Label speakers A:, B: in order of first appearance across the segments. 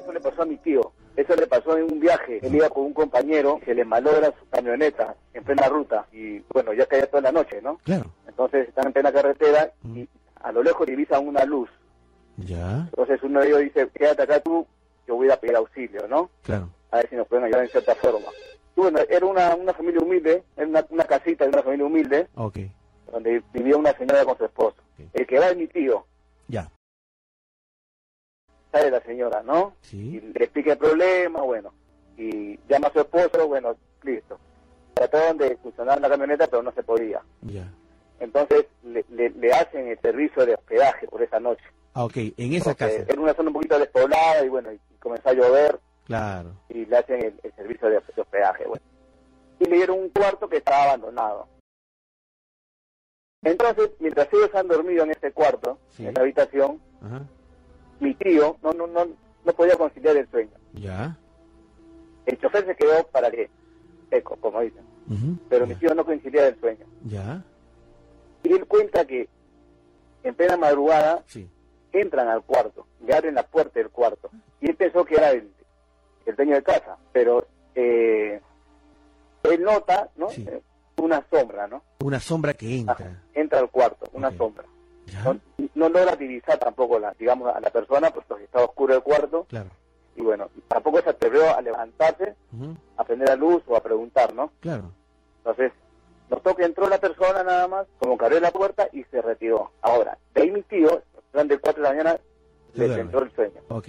A: Eso le pasó a mi tío. Eso le pasó en un viaje. Él iba con un compañero, se le malogra su camioneta en plena ruta. Y bueno, ya caía toda la noche, ¿no?
B: Claro.
A: Entonces están en plena carretera y a lo lejos divisan una luz.
B: Ya,
A: Entonces uno de ellos dice, quédate acá tú, yo voy a ir a pedir auxilio, ¿no?
B: claro.
A: a ver si nos pueden ayudar en cierta forma. Y Bueno, era una, una familia humilde, era una, una casita de una familia humilde,
B: Ok,
A: donde vivía una señora con su esposo.
B: Sí.
A: El que va es mi tío,
B: ya.
A: sale la señora, ¿no? Y
B: Sí,
A: le explica el problema, bueno, y llama a su esposo, bueno, listo. Trataron de funcionar la camioneta, pero no se podía.
B: ya.
A: Entonces le, le- le hacen el servicio de hospedaje por esa noche.
B: Ah, ok, en esa
A: Porque
B: casa.
A: Era una zona un poquito despoblada y bueno, y comenzó a llover
B: Claro.
A: y le hacen el, el servicio de, de hospedaje. Bueno. Y le dieron un cuarto que estaba abandonado. Entonces, mientras ellos han dormido en este cuarto,
B: Sí.
A: en esta habitación,
B: Ajá.
A: mi tío no, no, no, no podía conciliar el sueño.
B: Ya.
A: El chofer se quedó para que seco, como dicen.
B: Ujú,
A: Pero mi
B: ya.
A: tío no conciliaba el sueño.
B: Ya,
A: Y él cuenta que en plena madrugada
B: sí.
A: entran al cuarto, le abren la puerta del cuarto. Y él pensó que era el, el dueño de casa, pero eh, él nota, ¿no?
B: Sí.
A: Eh, Una sombra, ¿no?
B: Una sombra que entra.
A: Ajá, entra al cuarto, una
B: Ok.
A: sombra.
B: Ya,
A: No, no logra divisar tampoco, la, digamos, a la persona, pues porque estaba oscuro el cuarto.
B: claro.
A: Y bueno, tampoco se atrevió a levantarse,
B: Ujú,
A: a prender la luz o a preguntar, ¿no?
B: Claro.
A: Entonces, notó que entró la persona nada más, como que abrió la puerta y se retiró. Ahora, de ahí mi tío, durante 4 de la mañana,
B: Se
A: le
B: duerme.
A: entró el sueño.
B: Ok,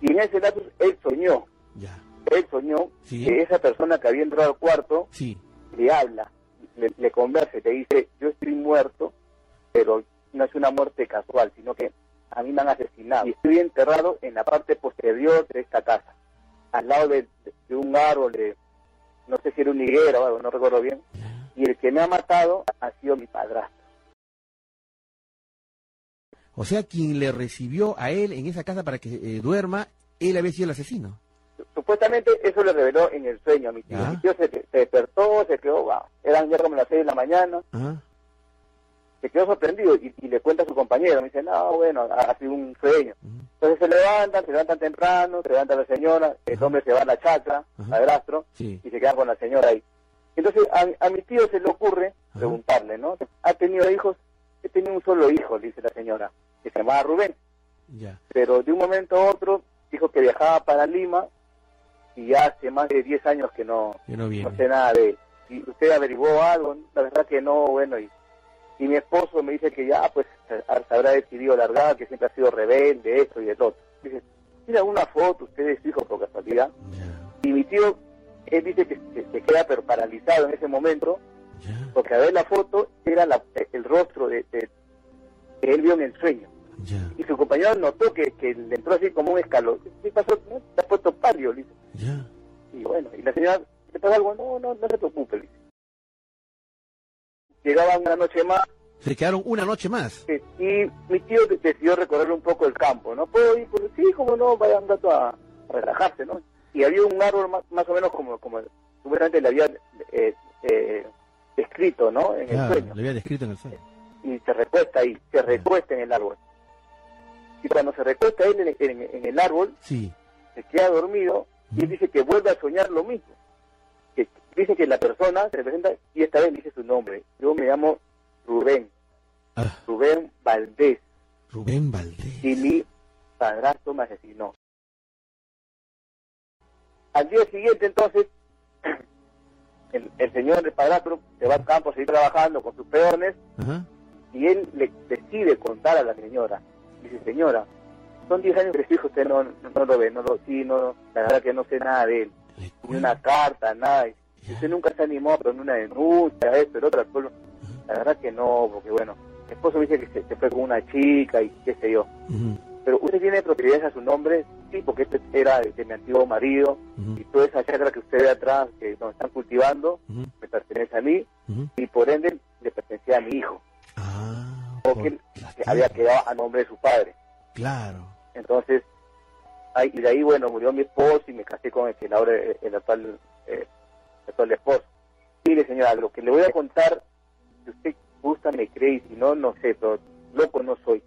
A: Y en ese lapsus él soñó,
B: ya.
A: él soñó
B: Sí.
A: que esa persona que había entrado al cuarto
B: Sí,
A: le habla, le, le conversa, y te dice, yo estoy muerto, pero no es una muerte casual, sino que a mí me han asesinado. Y estoy enterrado en la parte posterior de esta casa, al lado de, de un árbol, de, no sé si era un higuera o algo, no recuerdo bien.
B: ya.
A: Y el que me ha matado ha sido mi padrastro.
B: O sea, quien le recibió a él en esa casa para que eh, duerma, él había sido el asesino.
A: Supuestamente eso lo reveló en el sueño a mi tío.
B: Ya.
A: Mi tío se, se despertó, se quedó, wow. eran ya como las seis de la mañana,
B: Ajá.
A: se quedó sorprendido y, y le cuenta a su compañero, me dice, no, bueno, ha- ha sido un sueño.
B: ujú,
A: Entonces se levantan, se levantan temprano, se levanta la señora, el
B: Ajá.
A: hombre se va a la chacra,
B: Ajá.
A: padrastro,
B: Sí,
A: y se queda con la señora ahí. Entonces a, a mi tío se le ocurre
B: Ajá.
A: preguntarle, ¿no? ¿Ha tenido hijos? He tenido un solo hijo, le dice la señora, que se llamaba Rubén,
B: ya.
A: pero de un momento a otro dijo que viajaba para Lima y ya hace más de 10 años que no,
B: Yo no
A: no
B: viene.
A: sé nada de él. ¿Y usted averiguó algo? La verdad que no, bueno, y, y mi esposo me dice que ya, pues, se se habrá decidido largar, que siempre ha sido rebelde, esto y el otro. Dice, ¿tiene alguna foto usted de su hijo por casualidad?
B: Ya,
A: Y mi tío, él dice que se, se queda pero paralizado en ese momento,
B: ya,
A: porque a ver la foto era la- el rostro de, de- que él vio en el sueño.
B: ya,
A: Y su compañero notó que, que le entró así como un escalón. ¿Qué pasó? ¿No? ¿Te has puesto pálido? Le dice.
B: ya.
A: Y bueno, y la señora, ¿te pasa algo? No, no, no se preocupe, le dice. Llegaba una noche más
B: Se quedaron una noche más.
A: eh, y mi tío de- decidió recorrer un poco el campo, ¿no? ¿Puedo ir? Pues, sí, como no, vaya un rato a, a relajarse, ¿no? Y había un árbol más, más o menos como, como supuestamente le había eh, eh, escrito, ¿no? En el
B: Claro,
A: sueño.
B: lo había descrito en el sueño.
A: Y se recuesta ahí, se recuesta en el árbol. Y cuando se recuesta él en, el- en- en el árbol,
B: Sí,
A: se queda dormido y él dice que vuelve a soñar lo mismo. Que dice que la persona se le presenta y esta vez dice su nombre. Yo me llamo Rubén,
B: Ah,
A: Rubén Valdés,
B: Rubén Valdés.
A: y mi padrastro me asesinó. Al día siguiente entonces, el, el señor el padrastro se va al campo a seguir trabajando con sus peones
B: Ajá.
A: y él le decide contar a la señora. Dice, señora, son 10 años que su hijo usted no, no, no lo ve, no lo, sí, no, no, la verdad que no sé nada de él
B: Le
A: ni
B: cuento.
A: una carta, nada. Y
B: Ya.
A: Usted nunca se animó a poner una denuncia, esto, el otro, al pueblo. La verdad que no, porque bueno, mi esposo me dice que se, se fue con una chica y qué sé yo.
B: Ujú,
A: Pero usted tiene propiedades a su nombre, sí, porque este era de, de mi antiguo marido
B: ujú,
A: y toda esa chacra que usted ve atrás, que nos están cultivando,
B: ujú,
A: me pertenece a mí
B: ujú.
A: y por ende le pertenecía a mi hijo,
B: Ah,
A: porque
B: por
A: él
B: las
A: se había
B: tierras.
A: quedado a nombre de su padre.
B: Claro.
A: Entonces, ahí, y de ahí, bueno, murió mi esposo y me casé con el que ahora es el actual, eh, el actual esposo. Mire, señora, lo que le voy a contar, si usted gusta, me cree, y si no, no sé, pero loco no soy.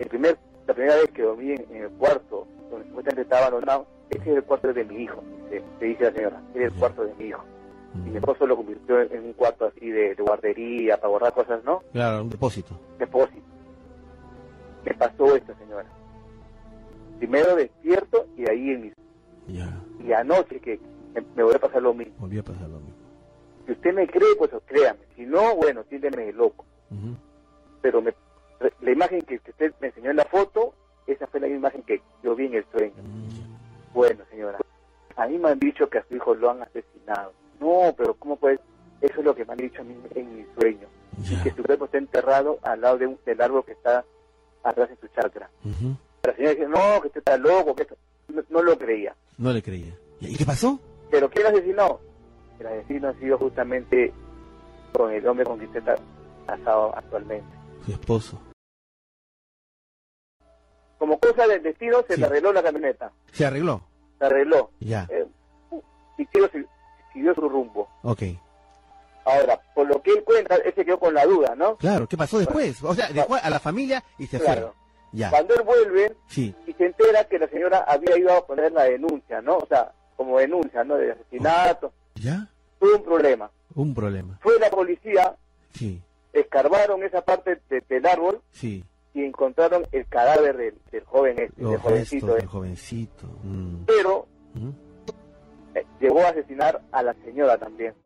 A: El primer, la primera vez que dormí en, en el cuarto, donde supuestamente estaba abandonado, ese es el cuarto de mi hijo, se, se dice la señora, ese es el cuarto de mi hijo. Y mi esposo lo convirtió en un cuarto así de, de guardería, para guardar cosas, ¿no?
B: Claro, un depósito.
A: Depósito. Me pasó esto, señora. Primero despierto y de ahí en mis...
B: Ya,
A: Y anoche que me, me volvió a pasar lo mismo.
B: volvió a pasar lo mismo.
A: Si usted me cree, pues créame. Si no, bueno, tiéndeme de loco.
B: Ujú.
A: Pero me, la imagen que que usted me enseñó en la foto, esa fue la misma imagen que yo vi en el sueño.
B: Mm,
A: Bueno, señora, a mí me han dicho que a su hijo lo han asesinado. No, pero ¿cómo puede? Eso es lo que me han dicho a mí en mi sueño.
B: ya.
A: Que su cuerpo está enterrado al lado de un, del árbol que está atrás en su chakra.
B: Ujú.
A: La señora dice, no, que usted está loco, que esto... No, no lo creía.
B: No le creía. Ya, ¿Y qué pasó?
A: ¿Pero quién lo asesinó? El asesino ha sido justamente con el hombre con quien usted está casado actualmente.
B: Su esposo.
A: Como cosa del destino, se
B: Sí.
A: le arregló la camioneta.
B: Se arregló.
A: Se arregló.
B: Ya,
A: Eh, y quiero si- siguió su rumbo.
B: ok.
A: Ahora, por lo que él cuenta, él se quedó con la duda, ¿no?
B: Claro, ¿qué pasó después? O sea, dejó a la familia y se
A: Claro.
B: fue. Ya,
A: Cuando él vuelve
B: sí.
A: y se entera que la señora había ido a poner la denuncia, ¿no? O sea, como denuncia, ¿no? De asesinato.
B: Ya,
A: Fue un problema.
B: un problema.
A: Fue la policía,
B: Sí,
A: escarbaron esa parte de- del árbol
B: sí.
A: y encontraron el cadáver del, del joven este, del
B: Los
A: jovencito.
B: restos del
A: este.
B: jovencito. Mm,
A: Pero
B: mm.
A: eh, llegó a asesinar a la señora también.